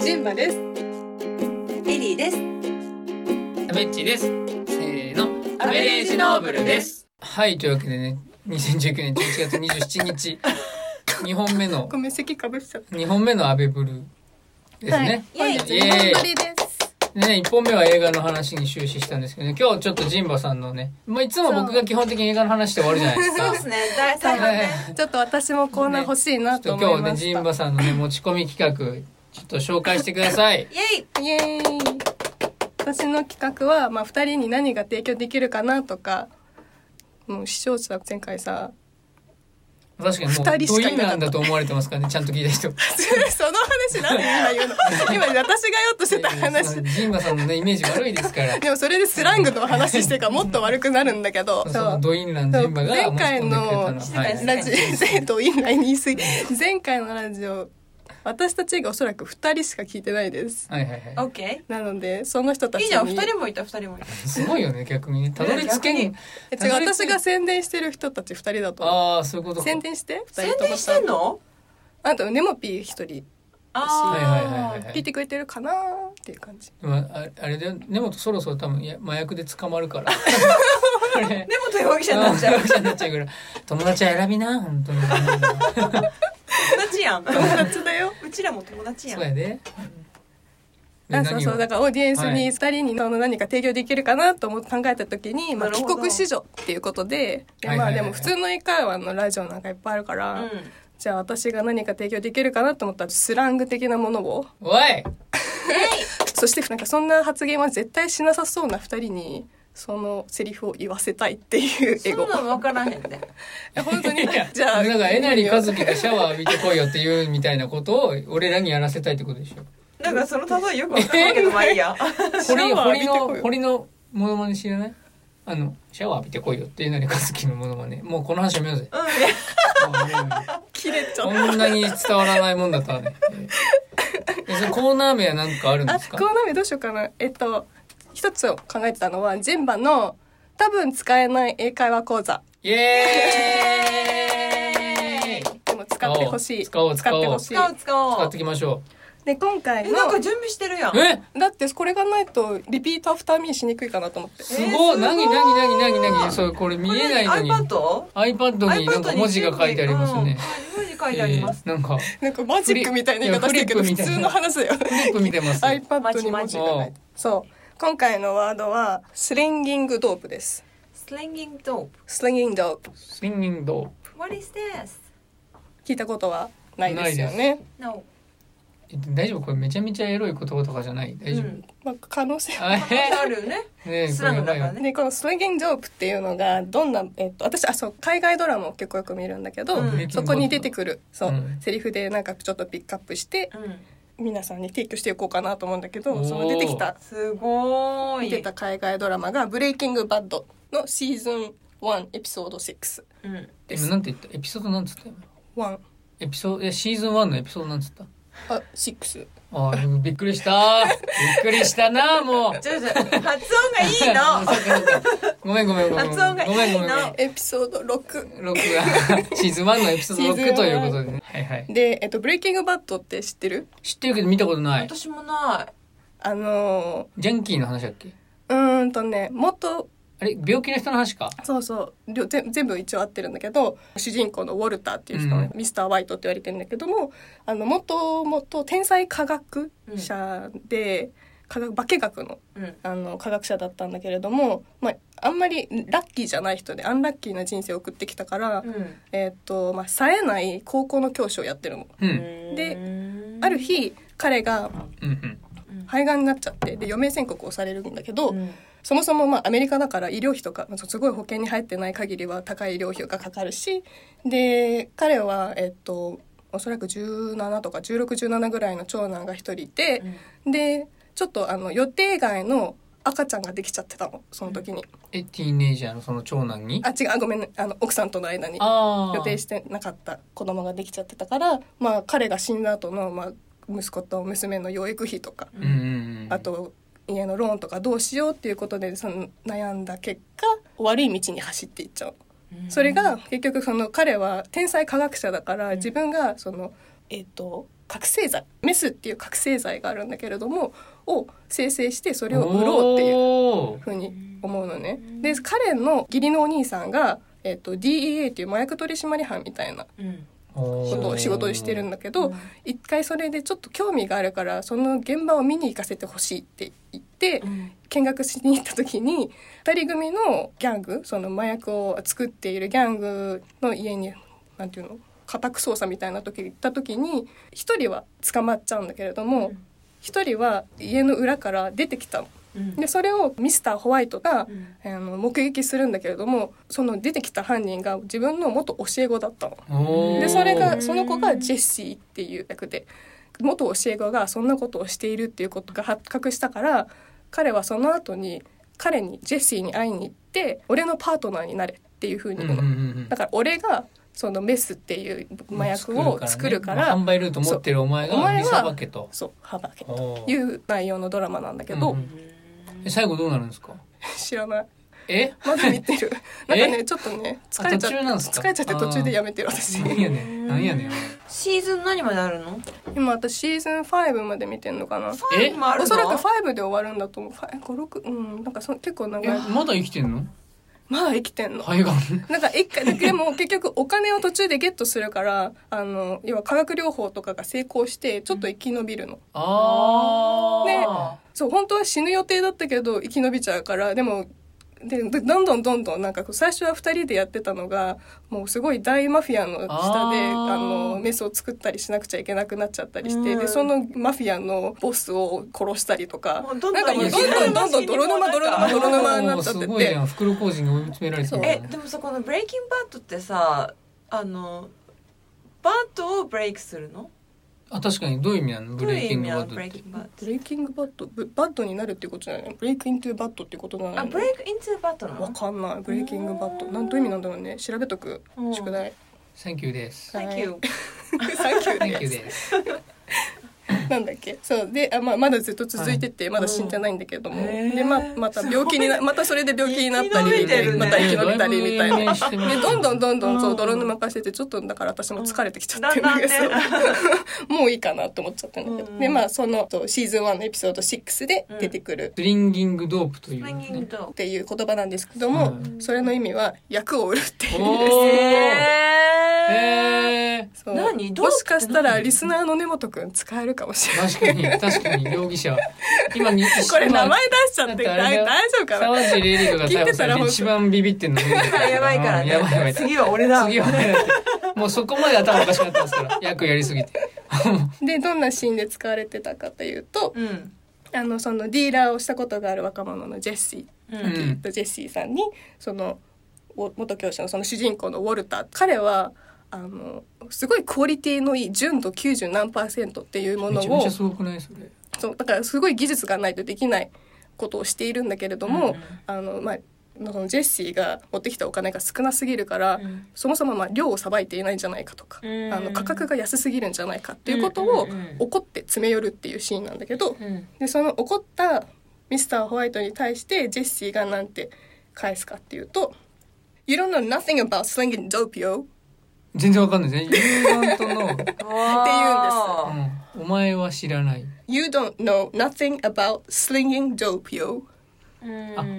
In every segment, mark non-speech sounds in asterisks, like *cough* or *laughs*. ジンバです。エリーです。アベッチです。せーの。アベレージノーブルです。はい、というわけでね、2019年11月27日、2本目のご、めん席かぶっちゃっ2本目のアベブルですね。た。本日イエーイ二本撮りです。ね、1本目は映画の話に終始したんですけどね、今日ちょっとジンバさんのね、まあ、いつも僕が基本的に映画の話して終わるじゃないですそうか。ですね。大体はいね。ちょっと私もコーナー欲しいなちとょっ思と今い日ね、まジしンた。バさんのね、持ち込み企画、ちょっと紹介してください。イエイ。イエーイ。私の企画はまあ二人に何が提供できるかなとか、もう視聴者前回さ、 *laughs* 確かにもう、どう二人しいかういなか意味ったなんだと思われてますからね、ちゃんと聞い *laughs* た人。その話なんで今言うの？ *laughs* 今私が言おうとしてた話。ジンバさんのね、イメージ悪いですから。でもそれでスラングの話してからもっと悪くなるんだけど。そのドインランジンバが持ち込んでくれたの。前回のラジオ生徒院内にいすぎ前回のラジオ私たちがおそらく2人しか聞いてないですはいはいオはッケなのでその人たー。ちいにいじゃん。二人もいた。二人もいた。い。すごいよね、逆にね。たどり着逆けんに。え違う私が宣伝してる人たち2人だと思ああ、そういうことうか。宣伝して2宣人とも伝してんの？あとネモピー1人はいはいはいあは聞いてくれてるかなっていう感じでもああれだよ、根本そろそろ多分いや麻薬で捕まるから。これ *laughs* あ。根本容疑者にな麻っちゃう薬。者になっちゃうから。友達は選びな、本当に。友達やん。友達だようちらも友達やん。そうやで。であそうそうだ何をからオーディエンスはいに2人にその何か提供できるかなと思って考えた時に、まあ、なる帰ほど国子女っていうことでではいまはあいではいはいも普通の英会話のラジオなんかいっぱいあるから、うん。じゃあ私が何か提供できるかなと思ったらスラング的なものをおいそしてなんかそんな発言は絶対しなさそうな2人にそのセリフを言わせたいっていうエそゴんなの分からへんで。いや本当に *laughs* いやじゃあなんかえなりかずきがシャワー浴びてこいよって言うみたいなことを俺らにやらせたいってことでしょなんかその例えよく分からんけどまあいい *laughs* や。堀シャワー浴堀びてこいよの堀のモノマネ知らないあのシャワー浴びてこいよってえなりかずきのモノマネもうこの話やめようぜうん。切れちゃこうんなに伝わらないもんだったらねえそのコーナー名は何かあるんたあですコかーナー名どうしようかなえっと一つを考えてたのはジェンバの多分使えない英会話講座イエーイでも使ってほしい使おう使おうってほしい使おう使使おっうてい。きましょで今回えのなんか準備してるやん。うえだってこれがないとリピートアフターミーしにくいかなと思ってすごいえーすごい何何何何何そうこれ見えないのに iPad？ iPad になんか iPad 文字が書いてありますね、うん文字書いてあります。えーなんかなんかマジックみたいな言い方してるけどフリ普ップみたい通なの話だよフリップ見てます。 iPad に文字がなマジマジいそう今回のワードはスリンギングドープですスレンギングドースリンギングドープスインギングドプ。What is this? 聞いたことはないですよね No. ープ。大丈夫これめちゃめちゃエロい言葉とかじゃない大丈夫、うんまあ、可能性はああえるね。ねえスこれラムやばだいからよ。ね。でこのスリンギングドープっていうのがどんな、えっと、私あそう海外ドラマを結構よく見るんだけど、うんそこに出てくるそう、うんセリフでなんかちょっとピックアップしてうん。皆さんに提供していこうかなと思うんだけどおーその出てきたすごーい。見てた海外ドラマが「ブレイキングバッド」のシーズン1エピソード6うん。で今すな。んて言ったエピソードなんつった今1エピソード、え、シーズン1のエピソードなんつったあ6あーびっくりした。びっくりしたな、もう。ちょちょ、発音がいいの。 *laughs* そうかそうかごめんごめんごめん。発音がいいのごめんごめんごめん。エピソード6録画シーズン1のエピソードシーズン6 1ということでね。はいはい。で、えっと「ブレイキングバッド」って知ってる知ってるけど見たことない。私もない。あのジャンキーの話だっけーうーんとね元あれ病気の人の話かそうそう両全全部一応合ってるんだけど主人公のウォルターっていう人がね、うミスター・ワイトって言われてるんだけどもあの元々天才科学者で、科学化学のうん。あの科学者だったんだけれども、まあ、あんまりラッキーじゃない人でアンラッキーな人生を送ってきたから、うえーっとまあ、冴えない高校の教師をやってるの。うん。うんん。でうんある、日彼がうん。うん肺がんになっちゃってで余命宣告をされるんだけど、うんそもそもまあアメリカだから医療費とかまあすごい保険に入ってない限りは高い医療費がかかるしで彼はえーっとおそらく17とか1617ぐらいの長男が一人いて、でちょっとあの予定外の赤ちゃんができちゃってたのその時に、え、ティーンネイジャーのその長男にあ違うあごめんねあの奥さんとの間にああ。予定してなかった子供ができちゃってたから、まあ、彼が死んだ後のまあ、息子と娘の養育費とか、うんうんうん。あと家のローンとかどうしようっていうことでその悩んだ結果悪い道に走っていっちゃう。うんそれが結局その彼は天才科学者だからうん自分がその、えっと覚醒剤メスっていう覚醒剤があるんだけれどもを生成してそれを売ろうっていうおーふうに思うのね。でカレンの義理のお兄さんが、えっと DEA っていう麻薬取締班みたいなうんことを仕事にしてるんだけど一回それでちょっと興味があるからその現場を見に行かせてほしいって言って。うん見学しに行った時に2人組のギャングその麻薬を作っているギャングの家になんていうの家宅捜査みたいな時行った時に1人は捕まっちゃうんだけれども1人は家の裏から出てきたの。うんでそれをミスターホワイトがう、んあの目撃するんだけれどもその出てきた犯人が自分の元教え子だったの。おーでそれがその子がジェシーっていう役で元教え子がそんなことをしているっていうことが発覚したから彼はその後に彼にジェシーに会いに行って俺のパートナーになれっていうふうにう言んううんの、うんだから俺がそのメスっていう麻薬を作るからまあ販売ルート持ってるお前そうおが前はリサバケとそう幅けとおいーう内容のドラマなんだけど、うんうんえ最後どうなるんですか知らないえまだ見て *laughs* るなんかねちょっとね疲れちゃっあ途中なんすか疲れちゃって途中でやめてる私 *laughs* なんやねんなんやねんお前シーズン何まであるの今私シーズン5まで見てんのかなえファンもあるのおそらく5で終わるんだと思う56うんなんかそ結構長いえまだ生きてんのまだ生きてんの肺がんなんか一回でも結局お金を途中でゲットするからあの要は化学療法とかが成功してちょっと生き延びるの、あねあそう本当は死ぬ予定だったけど生き延びちゃうからでもででどんどんどんどんなんかこう最初は2人でやってたのがもうすごい大マフィアの下であーあのメスを作ったりしなくちゃいけなくなっちゃったりして、うんでそのマフィアのボスを殺したりとかもうどんどんなんかもうどんどんどんどん泥沼泥 *laughs* 沼泥沼になっちゃっすてごいじてゃん袋小路に追い詰められてるえでもさこの「ブレイキングバット」ってさあのバットをブレイクするのあ確かにどういう意味なのブレイキングバッどドういう意っ味なのブレイキてングバッブレイキングバットブバットになるっていうことじゃないのブレイクイントゥーバットっていうことじゃトなあいのブレイクイントゥーバットなわのかんないブレイキングバットなんと意味なんだろうね調べとくうん宿題サンキューです *laughs* はサンキューサンキュサンキューーでですなんだっけそうであ、まあ、まだずっと続いてて、まだ死んでないんだけども、うんへーでまあまた病気になまたそれで病気になった生きり延びてるねまた生き延びたりみたいな。*laughs* などでどんどんんどんどんそううん泥沼化しててちょっとだから私も疲れてきちゃってるだんだんねそうもういいかなと思っちゃったんだけど、うんでまあそのとシーズン1のエピソード6で出てくるスリンギングドープといブうレイね、キングバッっていう言葉なんですけども、うそれの意味は役を売るっていうお意味ーです。トへえーそう何どうもしかしたらリスナーの根本くん使えるかも *laughs* しれない。確かに確かに容疑者今に *laughs* これ名前出しちゃってだって大あれだよ大丈夫かな沢尻エリカが逮捕されて一番ビビってんのねーやばいからねやばいやばい次は俺だ次はねもうそこまで頭おかしかったんですから役やりすぎてでどんなシーンで使われてたかというと、うんあのそのディーラーをしたことがある若者のジェシううんーんとジェシーさんにそのお元教師のその主人公のウォルター彼はあのすごいクオリティのいい純度90何パーセントっていうものめちゃめちをゃすごくないそれそうだからすごい技術がないとできないことをしているんだけれども、うんうんあのまあそのジェシーが持ってきたお金が少なすぎるから、うんそもそもまあ量をさばいていないんじゃないかとか、うんあの価格が安すぎるんじゃないかっていうことをうんうんうん怒って詰め寄るっていうシーンなんだけどうんでその怒ったミスターホワイトに対してジェシーがなんて返すかっていうと「You don't know nothing about slinging dope yo 全然わかんないですねユーザンとの、わうんお前は知らない」 「You don't know nothing about slinging dope yo ーうん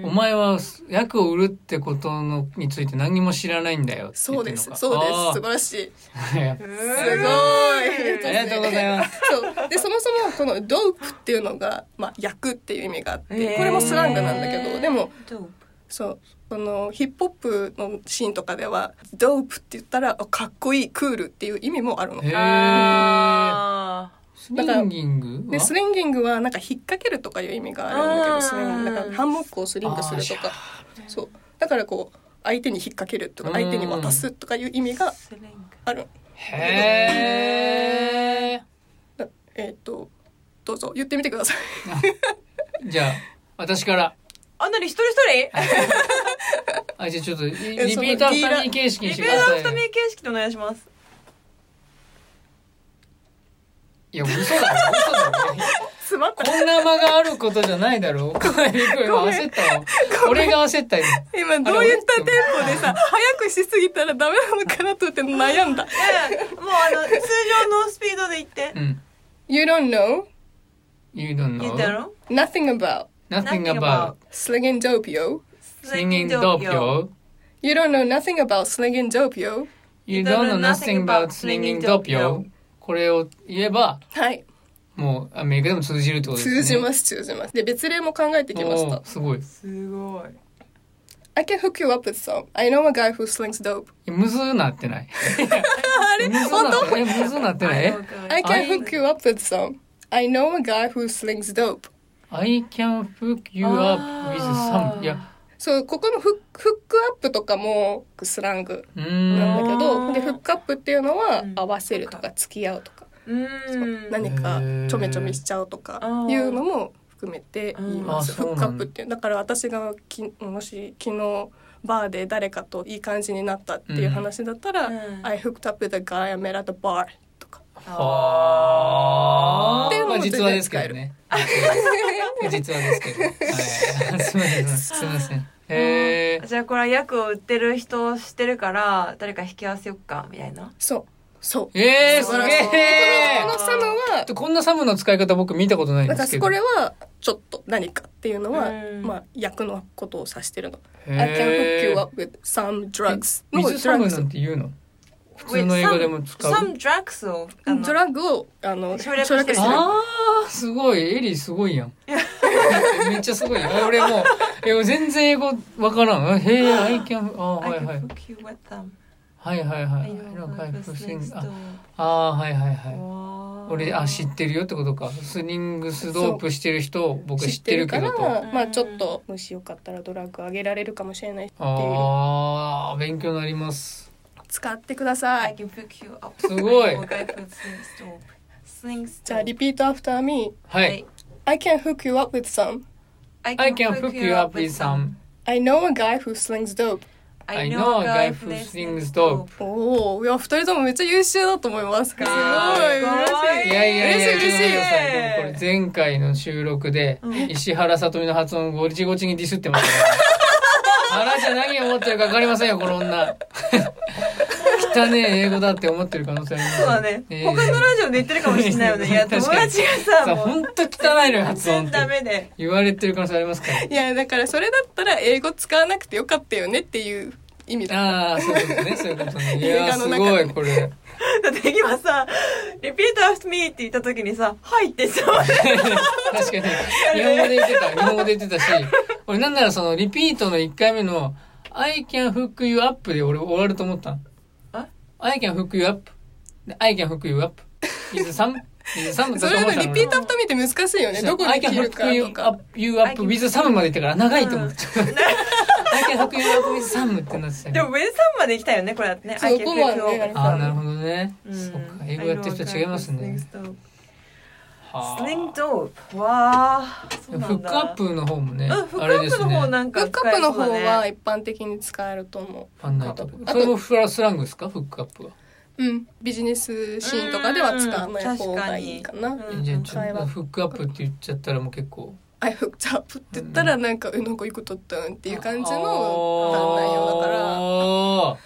あお前は役を売るってことのについて何も知らないんだよ」って言そっうてんでのすかそうです素晴らしい。 *laughs* あーすごあい。りがとうございますそうでそもそもこのドープっていうのがまあ役っていう意味があって、えーこれもスラングなんだけど、でもドープそうこのヒップホップのシーンとかではドープって言ったらあかっこいいクールっていう意味もあるの。へーあスリンギングではスリンギングはなんか引っ掛けるとかいう意味があるんだけあーどスリングだからハンモックをスリングするとかそうだからこう相手に引っ掛けるとかうん相手に渡すとかいう意味ーがスリングある。へーだえっ、とどうぞ言ってみてください。じゃあ私からあ何一人一人あじゃあちょっとリリピえそのートアフターミー形式にリしてペくアだダさフタいメ形式でお願いしますいやもう嘘だろ嘘だろ詰まったこんけ生があることじゃないだろう。ごめん、今焦ったわ。俺が焦ったよ。今どういったテンポでさ早くしすぎたらダメなのかなと思って悩んだもうあの、通常のスピードで言ってう。ん。 You don't know You don't 言った know ろ nothing about nothing Nothing about about slinging dope yo singing dope, yo. You don't know nothing about slinging dope yo You don't know nothing about singing dope, yo. これを言えば、はいもうアメリカでも通じるってことですね。通じます通じますで別例も考えてきましたおーすごい。いすごい。 I can hook you up with some I know a guy who slings dope やむずなってない。あむずなってない。むずなってない。 I can I- hook you up with some I know a guy who slings dope I can hook you up with some. いや、そうここのフックフックアップとかもスラングうなーん。んだけうどんでフックアップっていうのはうん合わせるとか付き合うとかうーん。何かへーちょめちょめしちゃうとかあーいうのも含めて言いますうんフあそうなックんだアップっていうだから私がきもし昨日バーで誰かといい感じになったっていう話だったらうん「I hooked up with a guy I met at the bar」と *laughs* かはあ。っていうのもまあ実話ですけどね。実話ですけど。はい。すみません。すみません。へえ。じゃあこれは役を売ってる人を知ってるから誰か引き合わせよっかみたいなそうそうえー、素す晴らげしいえこのサムはこんなサムの使い方僕見たことないんだでかすけらど。これはちょっと何かっていうのはうんまあ役のことを指してるのへー I can hook you up with some drugs の水サム drugs なんて言うの普通の映画でも使う With some, some drugs をあのドラッグをあの省省略略してしるてるあー、すごい。エリーすごいやん。めっちゃすごいよ。俺もう、え全然英語わからん。へえ、I can, あー I はいはい can。hook you with them はいはいはい。 I know I what know was sing- next あ door あー、はいはいはい。わー俺あ知ってるよってことかスリングスドープしてる人を僕知ってるけど知ってとるからうんまあちょっともしよかったらドラッグあげられるかもしれないっていうああ勉強になります使ってくださ I い can hook you up すごい with a guy with sling stove Sling じゃあ stove リピートアフターミーはい、 I can hook you up with some I I can hook you up with some I know a guy who slings dope I I know know a a guy guy who who slings slings dope dope おおいや二人ともめっちゃ優秀だと思いますすごいか嬉しい嬉しい嬉しいいいやいやいやちょっと待ってくださいでもこれ前回の収録でうん石原さとみの発音ごちごちにディスってましたからあなた何を思ってるか分かりませんよこの女汚ねえ英語だって思ってる可能性ありますそうだねええ他のラジオで言ってるかもしれないよ *laughs* ねいや友確かに達がささもほうんと汚いのよ全発音然っダてメで言われてる可能性ありますからいやだからそれだったら英語使わなくてよかったよねっていう意味だああ、そういうことね、そういうことね。い映や画ー、のす中でごい、これ。だって今さ「リピートアフトミー」って言った時にさ「はい」って *laughs* さ確かに。日本語で言ってた、日本語で言ってたし、俺なんならその、リピートの1回目の、I can hook you up で俺終わると思ったのあ I can hook you up. で I can hook you up. 水さん水さんだとそ思れったののリピートアフターミーって難しいよねどこにに切るかと I can hook you か up, you up with some まで言ったから長いと思っちゃう。I can hook you up with some ってなってたでかもら。ウェンさんまで来たよねこれだってねそうここまであねああ、なるほほどね。そっか、英語やってる人違いますね。スはあリングドープわあそうなフんックだアップの方もね、うんフックアップの方あれですね。なんフかックアップの方は一般的に使えると思ファンナイトあとそれもフラスラングですかフックアップは。ううんビジネスシーンとかでは使わない方がいいかなうんじゃあちょ会っと話フックアップって言っちゃったらもう結構。 I hooked up って言ったらなんか、えなんかいいことあったんっていう感じの案内用だからあ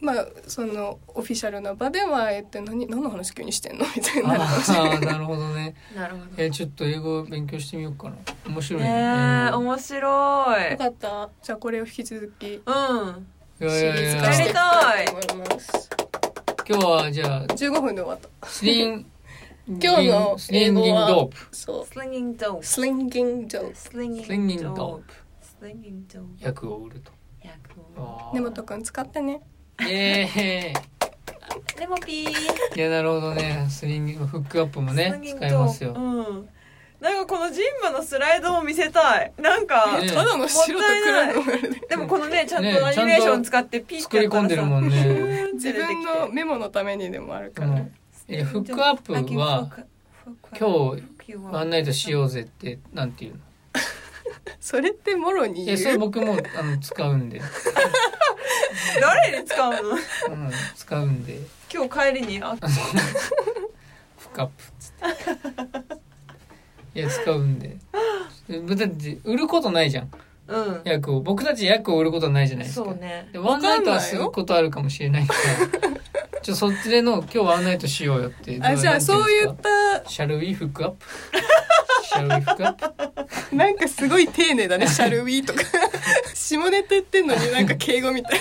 まあそのオフィシャルな場ではえって何何の話急にしてんのみたいーになるか *laughs* もしれないあー、なるほどね。なるほどえー、ちょっと英語勉強してみようかな。面白いねえね。面白いよかったじゃあこれを引き続きうんいシリやいやーズい化やし帰ていりきたたいと思います今日はじゃ15分で終わったあ、スリン、 *laughs* 今日のスリ英ン語ギングドーはプ。そうスリンギングドープ slinging dope スリンスリンギングドーープ。プスリンギングドープ役を売ると。役をあー根本くん使ってねイエーイ。 *laughs* レモピーいやなるほどねスリングフックアップもねスリンギングドープ使いますよ、うんなんかこのジンバのスライドを見せたいなんかねえただの白と黒の丸ででもこのねちゃんねえとアニメーション使ってピッ作り込んでるもんね自分のメモのためにでもあるうから、んえフックアップは今日案内としようぜってなんていうのそれってもろにえ言それう僕もあの使うんで、誰に使うのうん、使うんで今日帰りにあフックアップっつっていや使うんでだって売ることないじゃんうん役を僕たち役を売ることないじゃないですかそうねでワンナイトはすることあるかもしれないからちょそっちでの今日ワンナイトしようよってあじゃあそういっうたシャルウィフックアップシャルウィフックアップなんかすごい丁寧だね「シャルウィー」と *laughs* か下ネタ言ってんのになんか敬語みたい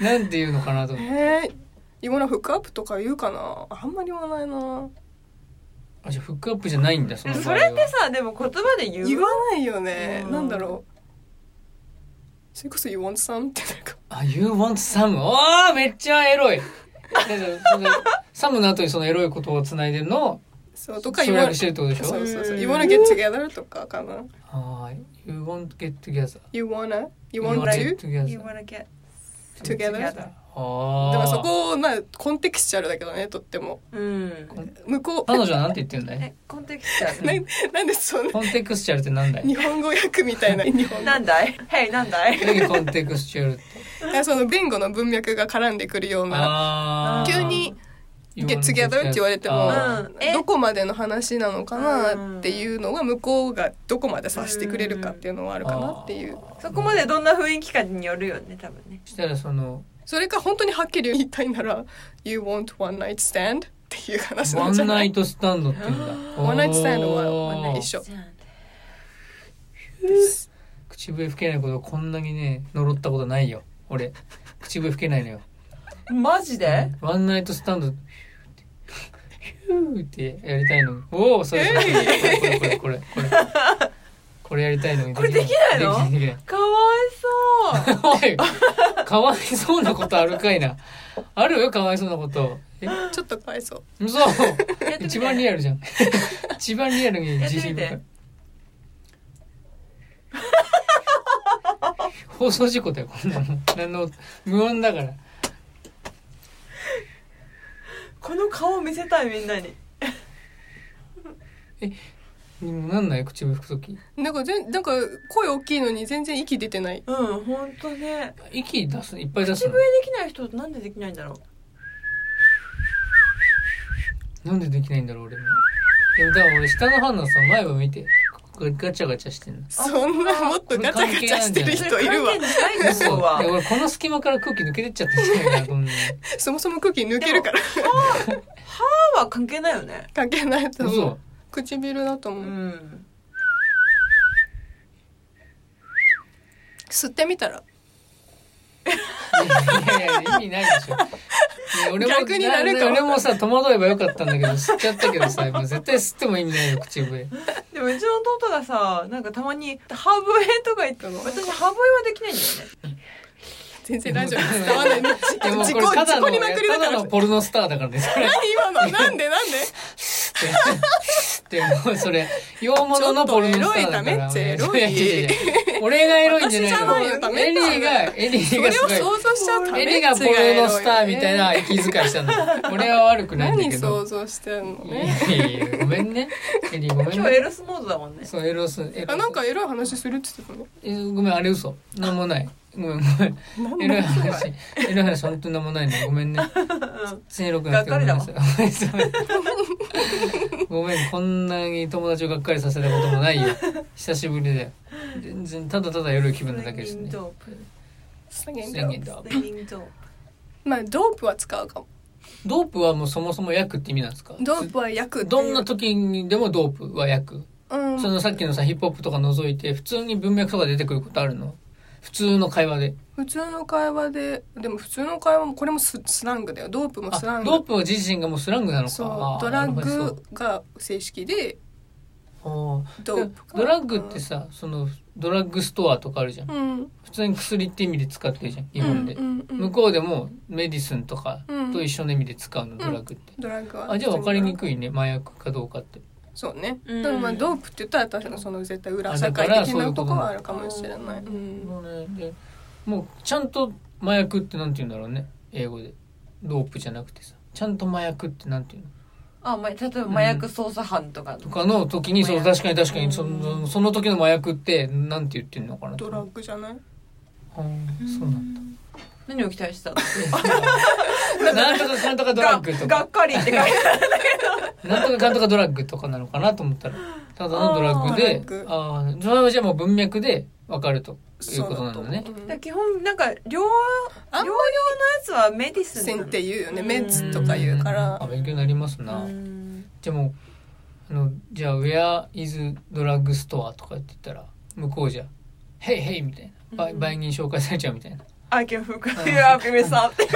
ななんて言うのかなと思ってえー、今のフックアップとか言うかなあんまり言わないなあじゃあフックアップじゃないんだその場合はそれってさでも言葉で言う言わないよねうんなんだろうそれこそ「You want some」ってなんかあ You want some おーめっちゃエロい *laughs* だけどそのサムの後にそのエロい言葉をつないでるのをそうとか省言わ略してるってことでしょそうそうそうう「ん You wanna get together」とかかなはーい You want get together 「You wanna」「You You want wanna to」 get together You wanna get Together あだーからそこをまあコンテクスチャルだけどねとってもうん向こう彼女はなんて言ってるんだいえコンテクスチャル *laughs* ななんでそんなコンテクスチャルってなんだい日本語訳みた *laughs* いな日本語なんだい ?Hey, なんだい *laughs* 何コンテクスチャルってあその言語の文脈が絡んでくるようなあー急に You get wanna together って言われてもあうんえどこまでの話なのかなっていうのが向こうがどこまで察してくれるかっていうのはあるかなっていうそこまでどんな雰囲気かによるよね、多分ねー。したらそのそれか本当にはっきり言いたいなら「You want one night stand」っていう話なワんじゃンな *laughs* ナいイトスタンドって言うん *laughs* だ One night stand おーは一緒口笛吹けないことこんなにね呪ったことないよ俺口笛吹けないのよマジでワンナイトスタンドヒューってヒューってやりたいのにおおそれそれこれこれこれこれこれこれやりたいのにこれできないのできないかわいそう。できない *laughs* おいかわいそうなことあるかいなあるよかわいそうなことえちょっとかわいそう嘘やってみて一番リア *laughs* ルじゃん一番リアルに自やってみ信て深い *laughs* 放送事故だよこんなの何の無音だから *laughs* この顔見せたい、みんなに。でもなんない口笛吹く時なんか全なんか声大きいのに全然息出てないうん、ほんとね。息出すいっぱい出す口の笛できない人なんでできないんだろう。なんでできないんだろう俺もでも多分俺下の班のさ前を見てここガチャガチャしてんのそんなもっとガチャガチャしてる人いるわ関係ないでし *laughs* 嘘ょで俺この隙間から空気抜けてっちゃったんじゃないかなこんなのそもそも空気抜けるから歯は関係ないよね。関係ないと思う嘘唇だと思う、うん。吸ってみたらいやいや意味ないでしょ。いや俺も逆になるかも俺もさ、戸惑えばよかったんだけど、吸っちゃったけどさ、もう絶対吸っても意味ないよ、口笛。でもうちの弟がさ、なんかたまに、歯笛とか言っても、私歯笛はできないんだよね。全然ラジオに伝わらないでも事こ故れただ事の、故いにやまくりだたかだらのポルノスターだからね、それ。何今のなんでなんで *laughs* って、ってもうそれ、洋物のポルノスタちょっとエロいーだから。なめっちゃエロいややや俺がエロいんじゃ私じゃなないいよダの。メエリーが、エリそーれがをすご想像しちゃうたい。めエリーがポルノスターみたいな息遣いしたの。俺は悪くないんだ何け *laughs* ど。想像してんのいねやいやごめんね。エリーごめん今日エね。ロスモードだもんね。そう、エロス。エロスあなんかエロい話するって言ってたねえーごめん、あれ嘘。なんもない。ごめん、ごめん。エロい話、エロい話、本当になんもないね。ごめんね。 *laughs* 全然エロくなくてごめんなさい。ごめん、こんなに友達をがっかりさせたこともないよ。久しぶりで。全然、ただただエロい気分なだけですね。ドープ。宣言だ。スイングドープ。まあドープは使うかもドープはもうそもそも薬って意味なんですかドープは薬っていうどんな時にでもドープは薬うんそのさっきのさ、ヒップホップとか除いて、普通に文脈とか出てくることあるの普通の会話で。普通の会話ででも普通の会話もこれもススラングだよドープもあスランドーグプ自身がもうスラングなのか。そあーうドラッ。なるほどそうグが正式でああドープかドラッグってさそのドラッグストアとかあるじゃんうん普通に薬って意味で使ってるじゃん日本で、うんうんうん向こうでもメディスンとかと一緒の意味で使うの、んドラッグって、ドラッグはあじゃあ分かりにくいね麻薬かどうかってそうね、うんでもまあドープって言ったら確かにその絶対裏社あだ会から的そういうなこととこはあるかもしれないうんもうねでもうちゃんと麻薬ってなんて言うんだろうね英語でドープじゃなくてさちゃんと麻薬ってなんて言うのあ、ま、例えば麻薬捜査班とか。とかの時にその麻確かに確かにそのその時の麻薬ってなんて言ってんのかなドラッグじゃないあーそうなんだ何を期待してたの *laughs* なんとかかんとか *laughs* ドラッグがとがかっかりって書いて *laughs* あるなん *laughs* とかかんとかドラッグとかなのかなと思ったらただのドラッグであードラッグあーそれはじゃあもう文脈で分かるというそことだなんとだ思ねううんで基本なんか療療養のあんまりやつはメディスン線って言うよねうんメッツとか言うからあ勉強になりますうな、んじゃあもうあのじゃあ「Where is drug store」とかって言ったら向こうじゃ「Hey hey」みたいなう売ん売人紹介されちゃうみたいな「 I can hook you up with *laughs* something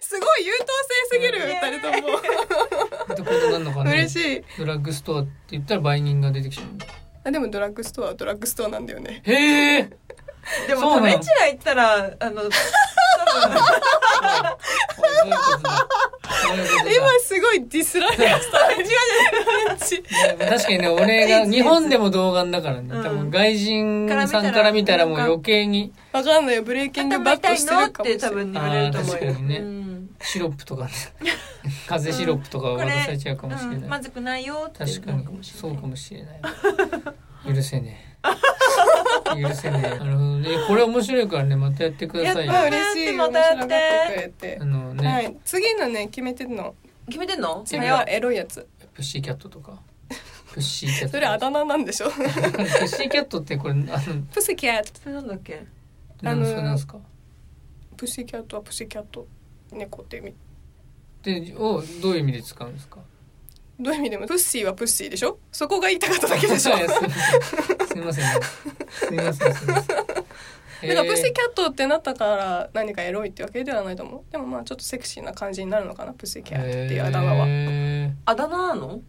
すごい優等生すぎる二人 *laughs* ともってことになるのかな嬉しいドラッグストアって言ったら売人が出てきちゃうんだあでもドラッグストアはドラッグストアなんだよねへえでそうもタなメのチラ行ったらあのそういうことだそういうことだ *laughs* 今すごいディスられ *laughs* ました違う違う違う確かにね俺がいいです日本でも童顔だからねうん多分外人さんから見たらもう余計にわかんないよブレイキングバットしてのっるかもてしれ多ない分言われると思うあーよ確かにねうんシロップとかね風邪シロップとかをこれ渡されちゃうかもしれうんなまいずくないよって確かなるにもしれそないうかもしれない許せねえ許せねえなるほどねこれ面白いからねまたやってくださいよやあっ嬉しいまたや面白がってってくれてあのね、はい次のね決めてるの決めてんの次早はエロいやつプッシーキャットとかプッシーキャットそれあだ名なんでしょ *laughs* プッシーキャットってこれあの *laughs* プシキャットそれなんだっけあ何のそれなんですかプシキャットはプシキャット猫って意味でをどういう意味で使うんですかどういう意味でもプッシーはプッシーでしょそこが言いたかっただけでしょいや *laughs* すいませんすいませんすいませんすいませんだからプシーャキャットってなったから何かエロいってわけではないと思うでもまあちょっとセクシーな感じになるのかなプシーキャットっていうあだ名は、あだ名なの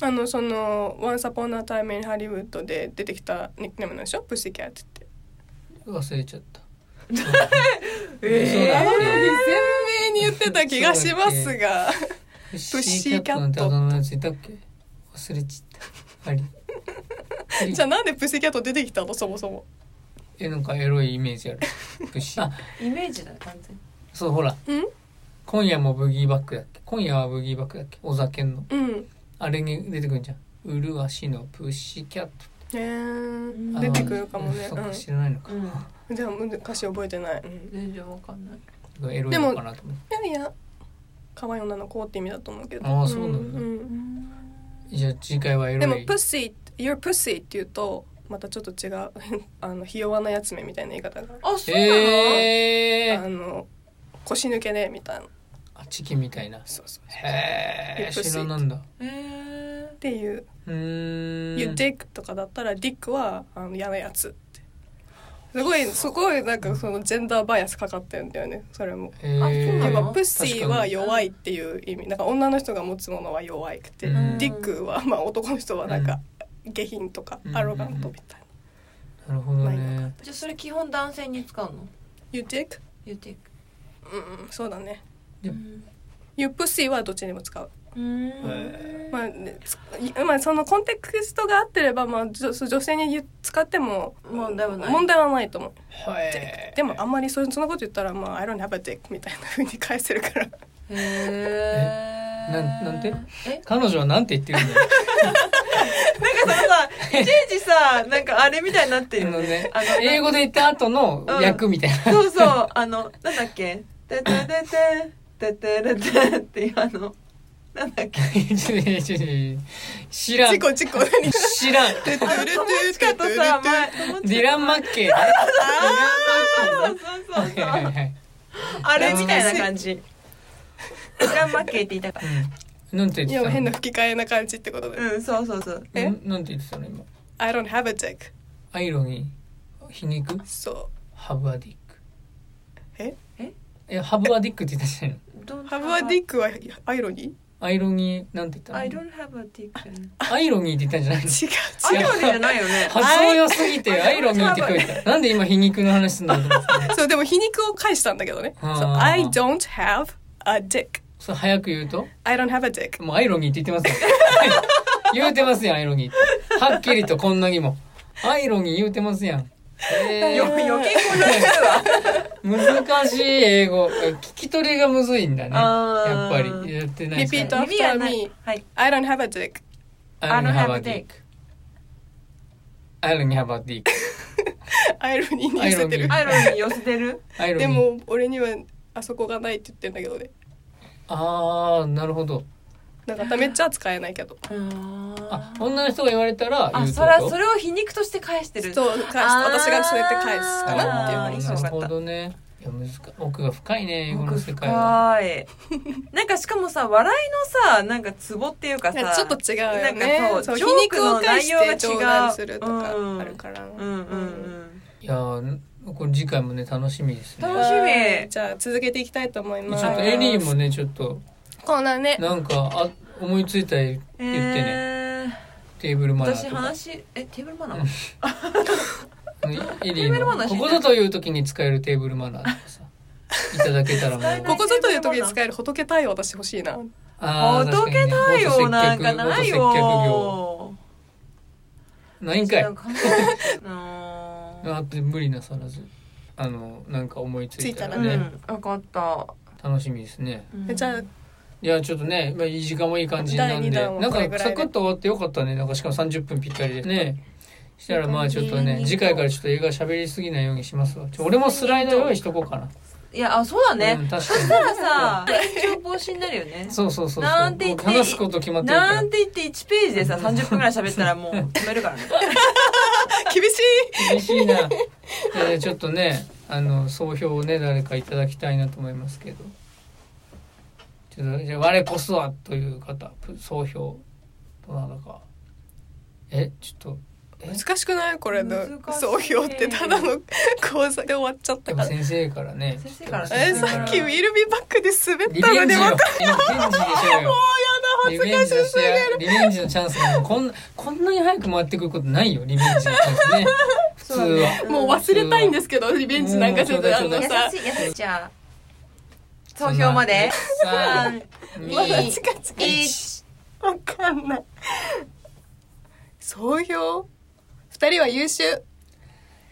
あのその「Once Upon a Time in Hollywood」で出てきたニックネームなんでしょプシーキャットって忘れちゃったあえの鮮明に言ってた気がしますがプッシーキャットなんてあだ名のやついたっけ忘れちったあり *laughs* じゃあなんでプシーキャット出てきたのそもそもえなんかエロいイメージあるプッシーあイメージだよ完全にそうほらうん今夜もブギーバックだっけ今夜はブギーバックだっけお酒のうんあれに出てくるんじゃん麗しのプッシーキャットえあー、の出てくるかもね、そうか知らないのか、うんうん、じゃあもう歌詞覚えてない、うん、全然わかんないエロいのかなと思っていやいや可愛い女の子って意味だと思うけどあーそうなんだんじゃあ次回はエでロも「い pussy」「your pussy」って言うとまたちょっと違うあのひ弱なやつめみたいな言い方が、あそうなのえあー、の腰抜けねみたいなあチキンみたいなそうそうへえプッシー知らなんだえーっていうう「ーん you dick」とかだったら「dick」はあの嫌なやつってすごいすごいなんかそのジェンダーバイアスかかってるんだよねそれも。えあそうでなもの「プッシー」はよ弱いっていう意味なんか女の人が持つものは弱いくて「うんディック」はまあ男の人はなんか下品とかうんアロガントみたいななるほどないのねじゃあそれ基本男性に使うの「you dick 言っていく」うんうんそうだねで「you pussy」はどっちにも使ううんまあねついまあ、そのコンテクストが合ってれば、まあ、女女性に言う使っても問題はない問題はないと思う、へでもあんまりそそんなこと言ったら「まあ、I don't have a dick」みたいなふうに返せるからへえなんなんてえ彼女はなんて言って *laughs* るんだよなんかそのさいちいちさなんかあれみたいになってあるのねあの英語で言った後のうん役みたいな、そうそうあのなんだっけててててててててっていうあのなんだっけちょっとちょっと「知らん事故事故」 *laughs* 何知らん「トゥトゥルト友ゥト近ゥとトゥルトさゥ前友近ディラン・マッケ *laughs* イねそうそうそうそディランマッケイはいはいうはいあれみたいな感じディランマッケイって言いたかっうんなんて言いってやもたのう変な吹き替えな感じってことでたうんそうそうそうえうんなんて言ってたの今「I don't have a dick アイロニー皮肉」そハブアディックえええハブアディックって言ったじゃないのう「ハブアディッックはアイロニー?アイロニーなんて言ったの I don't have a dick アイロニーって言ったんじゃない」 *laughs* の違うアイ *laughs* 違うロニーじゃないよね発音良すぎてアイロニーって書いたなんで今皮肉の話すんだろうと思ってそうでも皮肉を返したんだけどね「あ So ー I don't have a dick それ早く言うと I don't have a dick」もうアイロニーって言ってますよ *laughs* 言うてますやんアイロニーってはっきりとこんなにもアイロニー言うてますやんえーよ余計混乱しちゃうわ難しい英語聞き取りがむずいんだねあーやっぱりやってない *laughs* リピート耳がないはい I don't have a dick. *laughs* I don't have a I don't have a dick I don't have a dick アイロニーに寄せてるアアイロンに寄せてるアイロンでにも俺にはあそこがないって言ってんだけどねああなるほどなんかダメっちゃ使えない *laughs* けどああ女の人が言われたら言あうってそこれはとそれを皮肉として返してるそう返すあー私がそうやって返すかなっていうあーいいな人るほどねいや難しい奥が深いねこの奥世界は深いなんかしかもさ笑いのさなんかツボっていうかいやさちょっと違うよねなんかそう皮ジョーク肉をの返内容が違しうて冗談するとかあるから、うんうんうんいやーこれ次回もね楽しみですね楽しみはいじゃあ続けていきたいと思いちょまっすとエリーもねちょっとコーナーねなんかあ思いついたら言ってえね、ーテーブルマナー私とか話えテーブルマナーエテリーブルマーナーの知こりたいこぞという時に使えるテーブルマナーとかさいただけたら *laughs* 使えなもこうこぞという時に使える仏対応私欲しいなあーほどけないよ確なんにかねない元接客業よないんかいなんか考えてんなあって無理なさらずあのなんか思いついたらついね、 *laughs* うん、分かった、楽しみですねうんじゃあいやちょっとね、まあ、いい時間もいい感じなん第二で弾はなんこれぐらかいでサクッと終わってよかったねなんかしかも30分ぴったりでねしたらまあちょっいとい感ねじ次回からちょっと映画喋りすぎないようにしますわちょ俺もスライド用意しとこうかないやあそうだうね、ん、確そしか *laughs* たらさ延長防止になるよねにそうそうそうそうなんて言ってもう話すこと決まってるからなんて言って1ページでさ30分ぐらい喋ったらもう決める *laughs* からね厳しい厳しいなえーちょっとねあの総評をね誰かいただきたいなと思いますけどちょっとじゃあ我こそはという方ぷ総評どなたかえちょっとえ難しくないこれの難しい総評ってただの講座で終わっちゃっやたっかぱら先生からね先生からえさっき「ウィルビーバック」で滑リったベのンでジよまたリベンジでもうやだ恥しょうよずかしすぎ *laughs* るリベンジの試合リベンジのチャンスがもうこんこんなに早く回ってくることないよリベンジのチャンスね普通そうだはねもう忘れたいんですけどリベンジなんかちょっうんとあちょうだのいさ優しい優しいじゃあ投票までさ3まだ2近々1わかんない総評二人は優秀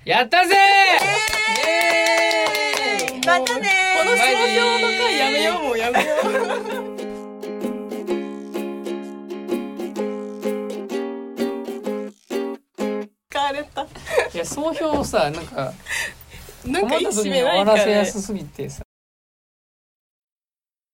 やったぜイエーイまたねこのバ総イバイ評の回やめようもうやめよう疲れたいや総評をさなんかなん困かっいいた時締にめ終ないわかららせねやすすぎてさ